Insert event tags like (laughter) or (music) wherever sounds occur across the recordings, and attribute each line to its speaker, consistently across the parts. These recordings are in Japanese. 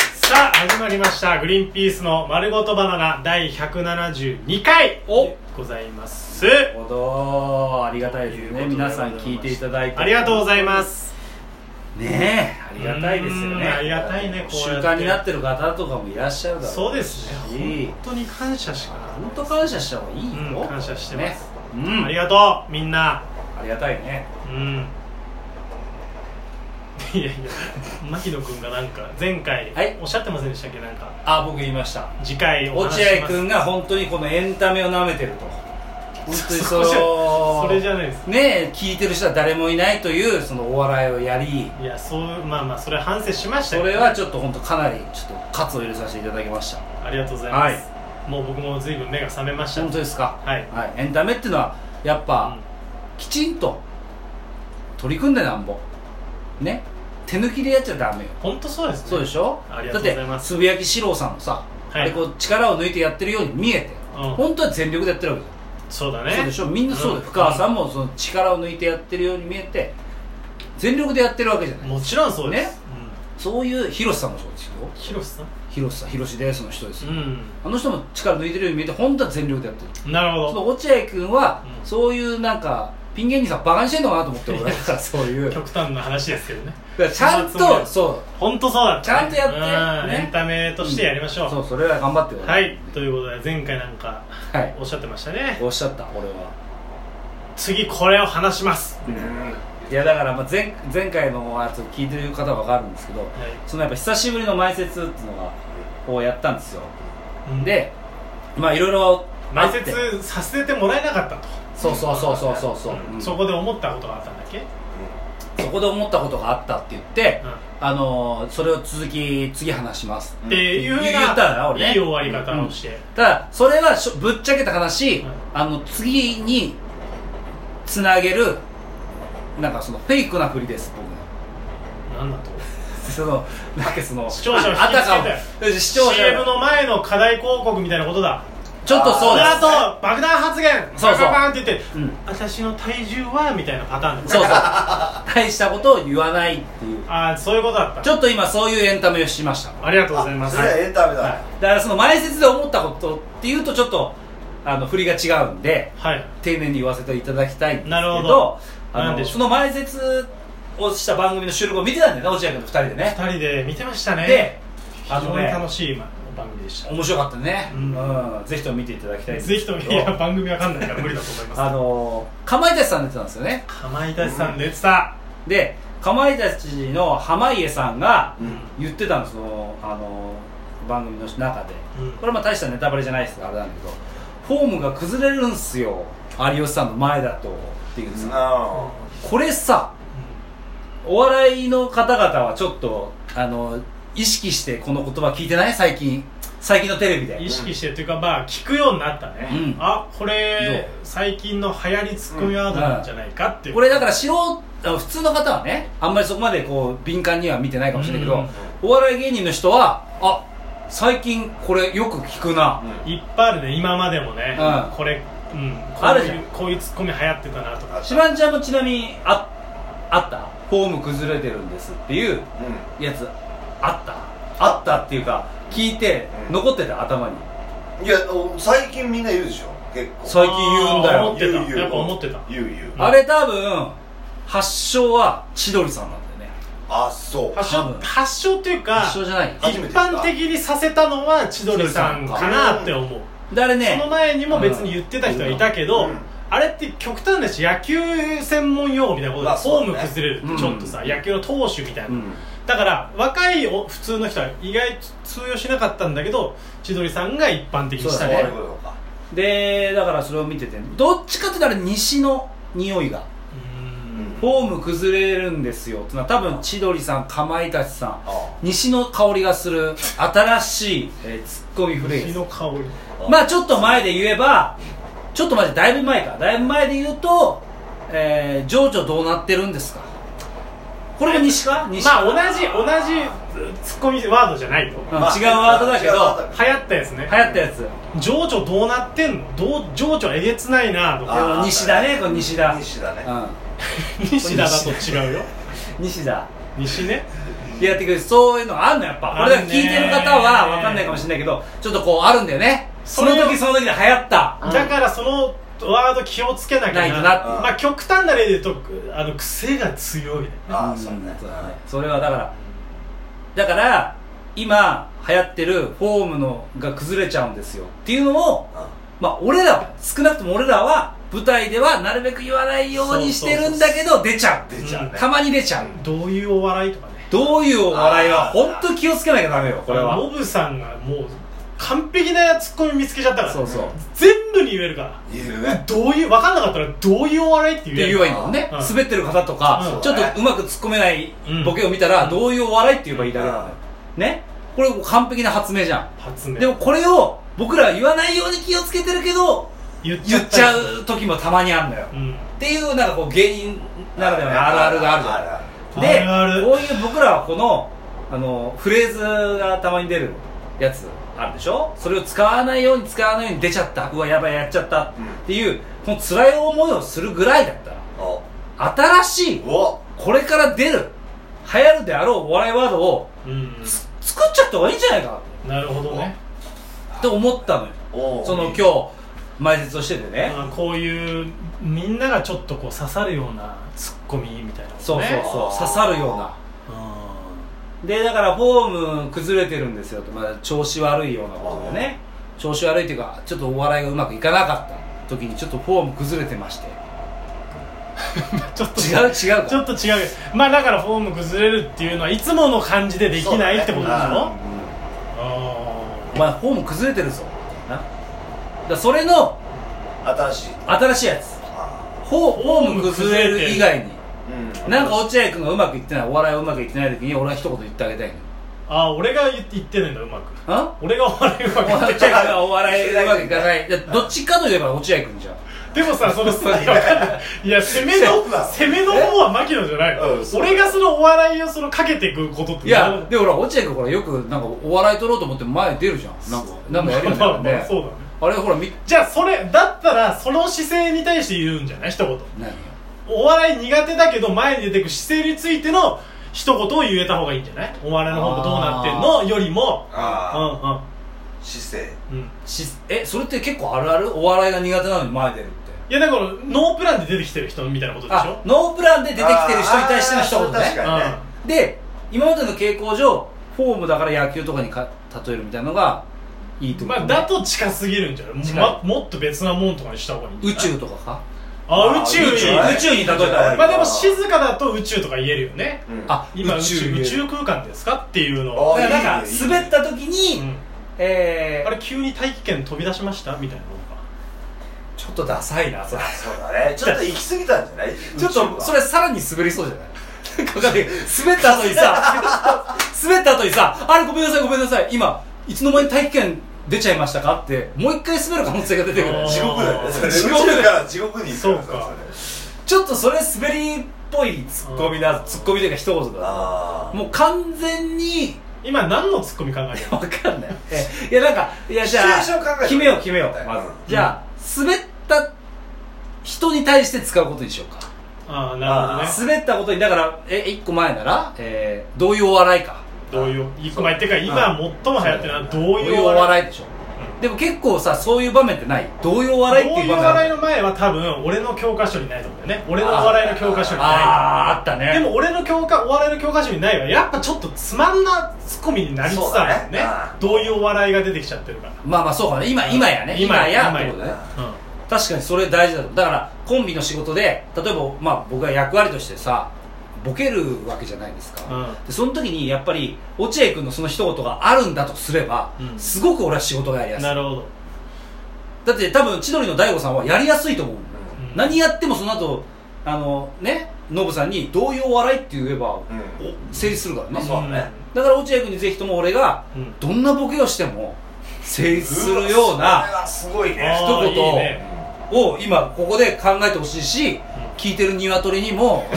Speaker 1: 始まりましたグリーンピースの丸ごとバナナ第172回
Speaker 2: お
Speaker 1: でございます
Speaker 2: ほどありがたいで
Speaker 1: という
Speaker 2: す
Speaker 1: こ
Speaker 2: ね
Speaker 1: とで
Speaker 2: 皆さん聞いていただいて
Speaker 1: ありがとうございます
Speaker 2: ねえありがたいですよね
Speaker 1: うんありがたいねこう
Speaker 2: 習
Speaker 1: やって
Speaker 2: 慣になってる方とかもいらっしゃるだろう
Speaker 1: そうですね
Speaker 2: いい
Speaker 1: 本当に感謝しかな
Speaker 2: 本当感謝した方がいい
Speaker 1: い、
Speaker 2: よ、
Speaker 1: うん、感謝してます、
Speaker 2: ねうん
Speaker 1: ありがとうみんな
Speaker 2: ありがたいね
Speaker 1: うんいやいや牧野君がなんか前回
Speaker 2: はい
Speaker 1: おっしゃってませんでしたっけなんか
Speaker 2: あ僕言いました
Speaker 1: 次回お
Speaker 2: 落
Speaker 1: 話しし
Speaker 2: 合
Speaker 1: ます
Speaker 2: 君が本当にこのエンタメを舐めてると本当にその
Speaker 1: そ (laughs) それじゃないです
Speaker 2: ねえ聞いてる人は誰もいないというそのお笑いをやり
Speaker 1: いやそうまあまあそれは反省しました
Speaker 2: そ
Speaker 1: けど
Speaker 2: れはちょっと本当かなりちょっと喝を入れさせていただきました
Speaker 1: ありがとうございます、もう僕も随分目が覚めました
Speaker 2: 本当ですか
Speaker 1: はい
Speaker 2: はい、エンタメっていうのはやっぱ、きちんと取り組んでなんぼね手抜きでやっちゃダメよ
Speaker 1: 本当そうですね
Speaker 2: そうでしょ
Speaker 1: ありがとうございます
Speaker 2: だってつぶやき四郎さんもさ、
Speaker 1: はい
Speaker 2: あれこう力を抜いてやってるように見えて、
Speaker 1: うん
Speaker 2: 本当は全力でやってるわけじ
Speaker 1: そうだ
Speaker 2: ゃん
Speaker 1: ね
Speaker 2: そうでしょみんなそうだよ、
Speaker 1: うん
Speaker 2: 深川さんもその力を抜いてやってるように見えて全力でやってるわけじゃない
Speaker 1: もちろんそうです
Speaker 2: ね、そういう広瀬さんもそうですよ
Speaker 1: うん、広瀬さ
Speaker 2: 広瀬さん広瀬でその人です
Speaker 1: ん
Speaker 2: よ、
Speaker 1: う
Speaker 2: あの人も力抜いてるように見えて本当は全力でやってる
Speaker 1: んなる
Speaker 2: そ
Speaker 1: ほど
Speaker 2: の落合君は、
Speaker 1: うん
Speaker 2: そういうなんかピン芸人さんバカにしてんのかなと思って俺
Speaker 1: (laughs)
Speaker 2: だからそういうだか
Speaker 1: 極端な話ですけどね
Speaker 2: ら (laughs) ちゃん
Speaker 1: そのつもり
Speaker 2: とそう
Speaker 1: 本当そうだたね
Speaker 2: ちゃんとやって
Speaker 1: うん
Speaker 2: ね
Speaker 1: エンタメとしてやりましょう,、
Speaker 2: そうそれは頑張ってくだ
Speaker 1: は
Speaker 2: さ
Speaker 1: いということで前回なんか
Speaker 2: はい
Speaker 1: おっしゃってましたね
Speaker 2: おっしゃった俺は
Speaker 1: 次これを話します、
Speaker 2: いやだからまあ前前回のやつを聞いてる方は分かるんですけどそのやっぱ久しぶりの前説っていうのがをやったんですよ
Speaker 1: うん
Speaker 2: でまあいろいろあ
Speaker 1: 前
Speaker 2: って
Speaker 1: 説させてもらえなかったと
Speaker 2: そうそうそうそうそうそう、うん
Speaker 1: そ
Speaker 2: そ
Speaker 1: こで思ったことがあったんだっけ、
Speaker 2: こで思ったことがあったって言って、
Speaker 1: うん
Speaker 2: あのーそれを続き次話します
Speaker 1: っていうふう
Speaker 2: 言ったんだな
Speaker 1: な、
Speaker 2: 俺ね
Speaker 1: いい終わり方をして、
Speaker 2: ただそれはしょぶっちゃけた話、
Speaker 1: うん
Speaker 2: あの次につなげるなんかそのフェイクな振りです僕の (laughs)
Speaker 1: なんだと
Speaker 2: そのなんかその
Speaker 1: 視聴者を引きつけた
Speaker 2: ああたかも視聴
Speaker 1: CM
Speaker 2: 者
Speaker 1: の前の課題広告みたいなことだ
Speaker 2: ちょっとそうで
Speaker 1: だ
Speaker 2: す
Speaker 1: あと爆弾発言
Speaker 2: そうそう
Speaker 1: バカバンって言って、
Speaker 2: うん
Speaker 1: 私の体重はみたいなパターンだ
Speaker 2: そうそう (laughs) 大したことを言わないっていう
Speaker 1: ああそういうことだった
Speaker 2: ちょっと今そういうエンタメをしました
Speaker 1: ありがとうございます
Speaker 3: それはエンタメだ、
Speaker 1: は
Speaker 2: だからその前説で思ったことっていうとちょっとあの振りが違うんで
Speaker 1: はい
Speaker 2: 丁寧に言わせていただきたいんですけど
Speaker 1: なるほど
Speaker 2: あ
Speaker 1: なんで
Speaker 2: の
Speaker 1: しょう
Speaker 2: その前説をした番組の収録を見てたんだよね落合君と2人でね
Speaker 1: 2人で見てましたね
Speaker 2: で
Speaker 1: 非
Speaker 2: あの
Speaker 1: 常に
Speaker 2: ね
Speaker 1: 楽しい今番組でした
Speaker 2: 面白かったね、
Speaker 1: う
Speaker 2: うんんぜひとも見ていただきたいんです
Speaker 1: ぜひともいや
Speaker 2: も
Speaker 1: 番組わかんないから無理だと思います
Speaker 2: あのかまいたちさん出てたんですよね
Speaker 1: (laughs) かまいたちさん (laughs) 出てた、
Speaker 2: でかまいたちの濱家さんが
Speaker 3: うん
Speaker 2: 言ってたのそのあの番組の中で、
Speaker 1: うん
Speaker 2: これはまあ大したネタバレじゃないですからあれなんだけどフォームが崩れるんすよ有吉さんの前だとっていうんですよ
Speaker 3: あ
Speaker 2: これさお笑いの方々はちょっとあの意識してこの言葉聞いてない最近最近のテレビで
Speaker 1: 意識してというかまあ聞くようになったね、
Speaker 2: うん
Speaker 1: あこれ
Speaker 2: ど
Speaker 1: 最近の流行りツッコミワードなんじゃないかっていう、
Speaker 2: これだから素人あ普通の方はねあんまりそこまでこう敏感には見てないかもしれないけど、
Speaker 1: うんうん
Speaker 2: お笑い芸人の人はあ最近これよく聞くな、
Speaker 1: いっぱいあるね今までもね、
Speaker 2: うん
Speaker 1: これ、うん、こ
Speaker 2: あ
Speaker 1: う
Speaker 2: るじ
Speaker 1: い
Speaker 2: ゃ
Speaker 1: うんこういうツッコミ流行ってたなとか
Speaker 2: シバンちゃんもちなみにああったフォーム崩れてるんですっていう
Speaker 3: うんうん
Speaker 2: やつあったあったっていうか聞いて
Speaker 3: うん
Speaker 2: 残ってた頭に
Speaker 3: いやお最近みんな言うでしょ結構
Speaker 2: 最近言うんだ
Speaker 1: あー思
Speaker 2: よ
Speaker 1: ってた
Speaker 3: 言う言う
Speaker 1: やっぱ思ってた
Speaker 3: 言う言う
Speaker 1: うん
Speaker 2: あれ多分発祥は千鳥さんなんだよね
Speaker 3: あそう
Speaker 1: 発
Speaker 2: 多
Speaker 1: 祥
Speaker 2: 分
Speaker 1: 発祥っていうか
Speaker 2: 発祥じゃない
Speaker 1: 一般的にさせたのは千鳥さんかなって思う、
Speaker 2: であれ
Speaker 1: そ
Speaker 2: ね
Speaker 1: の前にも別に言ってた人はいたけど、
Speaker 3: うん
Speaker 1: あれって極端だし野球専門用語みたいなことで、
Speaker 3: まあ
Speaker 1: フォ
Speaker 3: そう
Speaker 1: ー
Speaker 3: だね
Speaker 1: ム崩れるってちょっとさ、
Speaker 2: うん
Speaker 1: 野球の投手みたいな、
Speaker 2: うん
Speaker 1: だから若いお普通の人は意外と通用しなかったんだけど千鳥さんが一般的にし
Speaker 3: そ
Speaker 1: た
Speaker 3: う
Speaker 2: だ
Speaker 3: いう
Speaker 1: ね
Speaker 3: ことか
Speaker 2: でだからそれを見ててどっちかって言ったら西の匂いが
Speaker 1: うん
Speaker 2: フォーム崩れるんですよってのは多分千鳥さんかまいたちさん
Speaker 3: あ
Speaker 2: 西の香りがする新しい、えーツッコミフレー
Speaker 1: 牛
Speaker 2: ズ
Speaker 1: の香り
Speaker 2: まあちょっと前で言えばちょっと前でだいぶ前かだいぶ前で言うと、えー情緒どうなってるんですかこれが西か西
Speaker 1: ま
Speaker 2: か、
Speaker 1: あ同じ同じツッコミワードじゃないと流
Speaker 2: うん違うワードだけど
Speaker 3: 違う
Speaker 2: 流
Speaker 3: ワードだ
Speaker 2: 行
Speaker 3: け
Speaker 1: 行ったやつね
Speaker 2: ったやつ
Speaker 1: 情緒どうなってんのどう情緒えげつないなと
Speaker 3: あ
Speaker 1: か
Speaker 3: ー
Speaker 2: 西だねこれ西だ
Speaker 3: 西だね
Speaker 2: うん
Speaker 1: 西田だと違うよ
Speaker 2: 西だ
Speaker 1: 西ね
Speaker 2: やってくれるそういうのがあるのやっぱ
Speaker 1: あ
Speaker 2: 俺
Speaker 1: るね
Speaker 2: ら聞いてる方は分かんないかもしれないけどちょっとこうあるんだよねそ
Speaker 1: それ
Speaker 2: の
Speaker 1: を
Speaker 2: 時その時で流行った
Speaker 1: だからそのワード気をつけなきゃ
Speaker 2: ないとなって
Speaker 1: まあ極端な例で言うとあの癖が強いね
Speaker 3: ああそうね
Speaker 2: そうだねそれはだからだから今流行ってるフォームのが崩れちゃうんですよっていうのをまあ俺らは少なくとも俺らは舞台ではなるべく言わないようにしてるんだけど出ちゃう
Speaker 3: 出ちゃうね
Speaker 2: たまに出ちゃう
Speaker 1: どういうお笑いとかね
Speaker 2: どういうお笑いは
Speaker 3: あー
Speaker 2: 本当気をつけなきゃダメよこれは
Speaker 1: ノブさんがもう完璧なツッコミ見つけちゃったから
Speaker 2: そうそう
Speaker 1: 全部に言えるから
Speaker 3: 言えるね
Speaker 1: どういう分かんなかったらどういうお笑いって
Speaker 2: って
Speaker 1: 言え
Speaker 2: 言え
Speaker 1: る
Speaker 2: ばいいんだもんね、
Speaker 1: うん
Speaker 2: 滑ってる方とか、
Speaker 1: うん
Speaker 2: ちょっとうまく突っ込めない
Speaker 1: うん
Speaker 2: ボケを見たら、どういうお笑いって言えばいいだけなんだよ、ねこれ完璧な発明じゃ
Speaker 1: 発
Speaker 2: ん
Speaker 1: 明
Speaker 2: でもこれを僕らは言わないように気をつけてるけど
Speaker 1: 言っち
Speaker 2: 言
Speaker 1: ゃ
Speaker 2: っ
Speaker 1: っ
Speaker 2: ち
Speaker 1: た
Speaker 2: ゃ
Speaker 1: り
Speaker 2: う時もたまにあるのよ、
Speaker 1: う
Speaker 2: っ
Speaker 1: ん
Speaker 2: ていうなんかこう芸人ならではのあるあるがあるじゃん
Speaker 3: ある
Speaker 1: ある
Speaker 2: で
Speaker 1: あるある
Speaker 2: こういう僕らはこのあのフレーズがたまに出るやつあるでしょそれを使わないように使わないように出ちゃったうわやばいやっちゃったっていうこの辛い思いをするぐらいだった
Speaker 3: お
Speaker 2: ら新しい
Speaker 3: お
Speaker 2: これから出る流行るであろうお笑いワードを
Speaker 1: うん
Speaker 2: 作っちゃった方がいいんじゃないか
Speaker 1: なるほどね
Speaker 2: って思ったのよ
Speaker 3: お
Speaker 2: その今
Speaker 3: 日
Speaker 2: 日前説をしててね
Speaker 1: まあこういうみんながちょっとこう刺さるようなツッコミみたいな
Speaker 2: そうそうそう刺さるような
Speaker 1: う
Speaker 2: でだからフォーム崩れてるんですよと、まあ、調子悪いようなことでね調子悪いっていうかちょっとお笑いがうまくいかなかった時にちょっとフォーム崩れてまして
Speaker 1: んちょっと
Speaker 2: (laughs) 違う違う
Speaker 1: ちょっと違うまあだからフォーム崩れるっていうのはいつもの感じでできないってことでしょ
Speaker 3: そうだね
Speaker 1: あ
Speaker 2: お前フォーム崩れてるぞなだからそれの
Speaker 3: 新しい
Speaker 2: 新しいやつ
Speaker 3: あ
Speaker 2: フォーフォーム崩れる以外に
Speaker 3: ーうん
Speaker 2: なんか落合君がうまくいってないお笑いうまくいってない時に俺は一言言ってあげたいのよ
Speaker 1: あー俺が言って言ってないんだうまく (laughs)
Speaker 2: あ
Speaker 1: 俺が笑いうま
Speaker 2: 落合
Speaker 1: く
Speaker 2: 君はお笑いうまくいかないいやどっちかといえば落合君じゃん
Speaker 1: でもさそのさわかん
Speaker 2: (laughs)
Speaker 1: ないいや攻めの
Speaker 3: そうだ
Speaker 1: 攻めの方は牧野じゃないの
Speaker 3: うんそう
Speaker 1: 俺がそのお笑いをそのかけていくことって
Speaker 2: いやでもほら落合君ほらよくなんかお笑い取ろうと思って前出るじゃんなんかなんかやるよね
Speaker 1: (laughs) まあ
Speaker 2: なんか
Speaker 1: まあ
Speaker 2: ね
Speaker 1: そうだね
Speaker 2: あれほらみ
Speaker 1: じゃあそれだったらその姿勢に対して言うんじゃない一言
Speaker 2: 何よ
Speaker 1: お笑い苦手だけど前に出てく姿勢についての一言を言えた方がいいんじゃないお笑いの方もどうなってんのよりも
Speaker 3: あ
Speaker 1: う
Speaker 3: あ姿勢
Speaker 1: んうんうん
Speaker 2: しえそれって結構あるあるお笑いが苦手なのに前出るって
Speaker 1: いやだからノープランで出てきてる人みたいなことでし
Speaker 2: あ
Speaker 1: ょ
Speaker 2: ノープランで出てきてる人に対しての一言
Speaker 3: あーそれ確
Speaker 2: ね
Speaker 3: かにね
Speaker 2: で今までの傾向上フォームだから野球とかにか例えるみたいなのがいいと
Speaker 1: うん
Speaker 2: 思
Speaker 1: ま
Speaker 2: う、
Speaker 1: あだと近すぎるんじゃないも,、
Speaker 2: 近い
Speaker 1: ま、もっと別なもんとかにした方がいいんじゃ
Speaker 2: 宇
Speaker 1: ない
Speaker 2: 宙とかか
Speaker 1: あ宇宙
Speaker 2: 宇宙
Speaker 1: いいね
Speaker 2: 宇宙に例えた方がいい
Speaker 1: まあでも静かだと宇宙とか言えるよね
Speaker 3: うん
Speaker 2: あ
Speaker 1: 今宇宙宇
Speaker 2: 宇
Speaker 1: 宙空間ですかっていうのを、
Speaker 3: あ
Speaker 2: だからなんか
Speaker 3: いいねいいね
Speaker 2: 滑った時に、
Speaker 1: うん
Speaker 2: えー、
Speaker 1: あれ急に大気圏飛び出しましたみたいなのが
Speaker 2: ちょっとダサいなそれ
Speaker 3: そうだねちょっと行き過ぎたんじゃない
Speaker 2: (laughs) ちょっとそれさらに滑りそうじゃないなんかわかんない (laughs) けど滑った後
Speaker 1: (laughs)
Speaker 2: にさ滑った後にさあれごめんなさいごめんなさい今いつの間に体験出ちゃいましたかってもう一回滑る可能性が出てく
Speaker 1: あ
Speaker 2: る
Speaker 1: ー
Speaker 3: 地獄だよねそれ
Speaker 2: 地
Speaker 3: 宇
Speaker 2: 獄
Speaker 3: 宙から地獄に行く
Speaker 1: そうか
Speaker 2: ちょっとそれ滑りっぽいツッコミだツッコミというか一言だ
Speaker 3: あ
Speaker 2: もう完全に
Speaker 1: 今何のツッコミ考えてるの
Speaker 2: わかんないえいやなんかいやじゃ
Speaker 3: シチュエーション考え
Speaker 2: あ
Speaker 3: て
Speaker 2: 決めよう決めようま
Speaker 3: うん
Speaker 2: ずじゃあ滑った人に対して使うことにしようか
Speaker 1: ああなるほどね
Speaker 2: 滑ったことにだからえ1個前なら、えー、どういうお笑いか
Speaker 1: どういう一個前っていうか今最も流行ってるのはどう
Speaker 2: どう
Speaker 1: い
Speaker 2: いううお
Speaker 1: お笑
Speaker 2: 笑いでしょでも結構さそういう場面ってないどういうお笑
Speaker 1: い
Speaker 2: いっ
Speaker 1: どう
Speaker 2: てい
Speaker 1: いう
Speaker 2: う場
Speaker 1: お
Speaker 2: 面あ
Speaker 1: 笑い
Speaker 2: る
Speaker 1: の前は多分俺の教科書にないと思うんだよね俺のお笑いの教科書にな
Speaker 2: あーあった
Speaker 1: い
Speaker 2: ね
Speaker 1: でも俺の教科お笑いの教科書にないはやっぱちょっとつまんなツッコミになりつつあるもんね
Speaker 3: そうだね
Speaker 1: どういうお笑いが出てきちゃってるから
Speaker 2: まあまあそうかね今今やね
Speaker 1: 今
Speaker 2: 今や
Speaker 1: 今や
Speaker 2: ってことね
Speaker 1: うん
Speaker 2: 確かにそれ大事だと思うだからコンビの仕事で例えば、まあ、僕が役割としてさボケるわけじゃないですか、
Speaker 1: うん
Speaker 2: でその時にやっぱり落合君のその一言があるんだとすれば、
Speaker 1: うん
Speaker 2: すごく俺は仕事がやりやすい
Speaker 1: なるほど
Speaker 2: だって多分千鳥の大悟さんはやりやすいと思う、
Speaker 1: ん
Speaker 2: 何やってもその後あのねノブさんにどういうお笑いって言えば、
Speaker 3: うん
Speaker 2: お成立するからね、
Speaker 3: まあそうだね
Speaker 2: だから落合君にぜひとも俺が
Speaker 1: うん
Speaker 2: どんなボケをしても成立
Speaker 3: ー
Speaker 2: するよう
Speaker 3: それ
Speaker 2: な
Speaker 3: はすごい
Speaker 1: あ
Speaker 3: ね
Speaker 1: ー
Speaker 2: 一言
Speaker 1: いいね
Speaker 2: を今ここで考えてほしいし、聞いてる鶏に
Speaker 3: (laughs)
Speaker 2: も考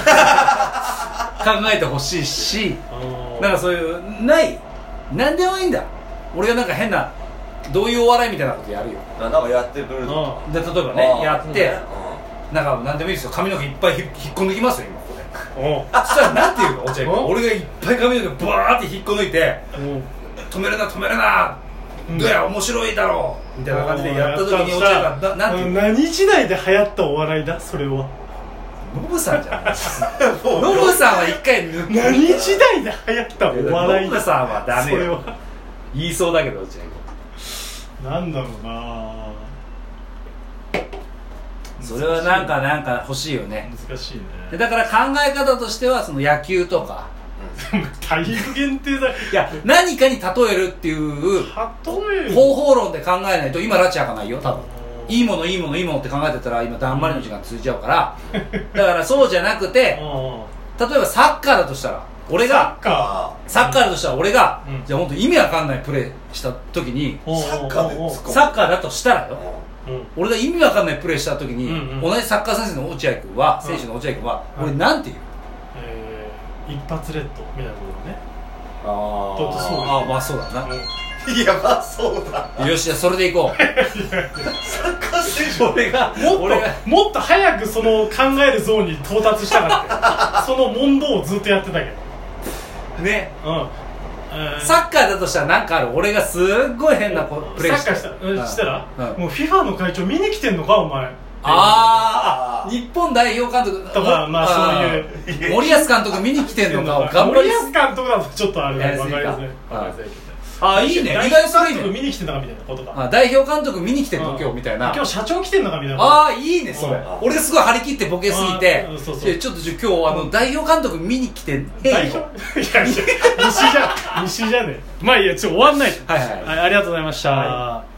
Speaker 2: えてほしいし
Speaker 1: うん
Speaker 2: なんかそういうない何でもいいんだ俺がなんか変などういうお笑いみたいなことやるよ
Speaker 3: なんかやってくる
Speaker 1: うん
Speaker 2: で例えば
Speaker 3: あー
Speaker 2: ねやって
Speaker 3: うん
Speaker 2: なんか何でもいいですよ髪の毛いっぱい引っ引っ込んできますよ今ここで
Speaker 1: おう
Speaker 2: そしたらなんて言うの落合君
Speaker 1: お
Speaker 2: 俺がいっぱい髪の毛バーって引っこ抜いて
Speaker 1: おう
Speaker 2: 止めるな止めるな、
Speaker 1: うん
Speaker 2: どうや面白いだろうみたいな感じでやった時に
Speaker 1: おう
Speaker 2: 落合君はななんて言うの
Speaker 1: 何時代で流行ったお笑いだそれは
Speaker 2: ノブさんじゃないノブさんは一回抜く
Speaker 1: 何時代で流行ったお笑い
Speaker 2: ノブ
Speaker 1: だ
Speaker 2: さんはダメ
Speaker 1: それ
Speaker 2: よ
Speaker 1: は
Speaker 2: 言いそうだけど落合君
Speaker 1: なんだろうな
Speaker 2: それはなんかなんか欲しいよね
Speaker 1: 難しいね (laughs)
Speaker 2: でだから考え方としてはその野球とか
Speaker 1: 体育限定だ
Speaker 2: いや何かに例えるっていう
Speaker 1: 例えば
Speaker 2: 方法論で考えないと今拉致開かないよ多分いいものいいものいいものって考えてたら今だんまりの時間続いちゃうからだからそうじゃなくて
Speaker 1: うん
Speaker 2: 例えばサッカーだとしたら俺が
Speaker 1: か
Speaker 2: サッカーだとしたら俺が、
Speaker 1: うん
Speaker 2: じゃあ本当意味わかんないプレーした時に
Speaker 1: おうおうおう
Speaker 3: サッカーで突っ込む
Speaker 2: サッカーだとしたらよ
Speaker 1: うん
Speaker 2: 俺が意味わかんないプレーした時に、
Speaker 1: うんうん
Speaker 2: 同じサッカー先生の落合君は、
Speaker 1: うん
Speaker 2: 選手の落合君は、
Speaker 1: うん
Speaker 2: 俺なんて言う
Speaker 1: えー一発レッドみたいなことね
Speaker 2: ああ
Speaker 1: だってそうだよ
Speaker 2: あまあそうだな、
Speaker 3: いやまあそうだ
Speaker 2: よしじゃあそれでいこう
Speaker 3: サッカー選手
Speaker 2: (laughs) 俺が
Speaker 1: もっ
Speaker 2: 俺が
Speaker 1: ともっと早くその考えるゾーンに到達したかったよその問答をずっとやってたけど
Speaker 2: ね
Speaker 1: うんえー
Speaker 2: サッカーだとしたらなんかある俺がすっごい変なこプレー
Speaker 1: サッカーした
Speaker 2: う
Speaker 1: うんんしたら
Speaker 2: うん
Speaker 1: もう FIFA の会長見に来てんのかお前
Speaker 2: あーあ
Speaker 3: あー
Speaker 2: 日本代表監督
Speaker 1: とかまあそういう
Speaker 2: う森保監督見に来てんのか頑張
Speaker 1: (laughs) 森
Speaker 2: り
Speaker 1: 保監督だとちょっとあれだね
Speaker 2: や
Speaker 1: わ
Speaker 2: り
Speaker 1: か
Speaker 2: すぎ
Speaker 1: り
Speaker 2: か
Speaker 1: やすいわかりやすいけど
Speaker 2: あーい
Speaker 1: 代表監
Speaker 2: いね意外といい
Speaker 1: 督
Speaker 2: ね
Speaker 1: 見に来てんのかみたいなことか
Speaker 2: あ代表監督見に来てん
Speaker 1: う
Speaker 2: の
Speaker 1: ん
Speaker 2: 今日みたいな
Speaker 1: 今日社長来てんのかみたいな
Speaker 2: ああいいねそれ
Speaker 1: うん
Speaker 2: 俺すごい張り切ってボケすぎて
Speaker 1: あーうんそうそう
Speaker 2: でちょっとじゃあ今日あの代表監督見に来てねえよ
Speaker 1: 代表いやいや西じゃ西じゃねえまあいいやちょっと終わんない
Speaker 2: はいはい
Speaker 1: はい、ありがとうございました、
Speaker 2: は